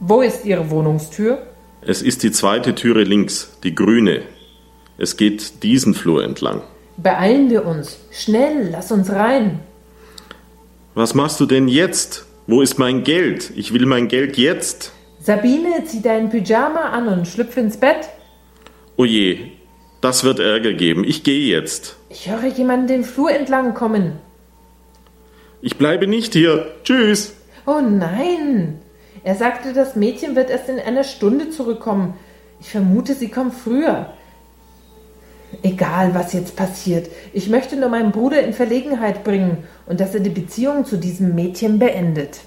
Wo ist Ihre Wohnungstür? Es ist die zweite Türe links, die grüne. Es geht diesen Flur entlang. Beeilen wir uns. Schnell, lass uns rein. Was machst du denn jetzt? Wo ist mein Geld? Ich will mein Geld jetzt. Sabine, zieh deinen Pyjama an und schlüpf ins Bett. Oje, Oh das wird Ärger geben. Ich gehe jetzt. Ich höre jemanden den Flur entlang kommen. Ich bleibe nicht hier. Tschüss. Oh nein! Er sagte, das Mädchen wird erst in einer Stunde zurückkommen. Ich vermute, sie kommt früher. Egal, was jetzt passiert. Ich möchte nur meinen Bruder in Verlegenheit bringen und dass er die Beziehung zu diesem Mädchen beendet.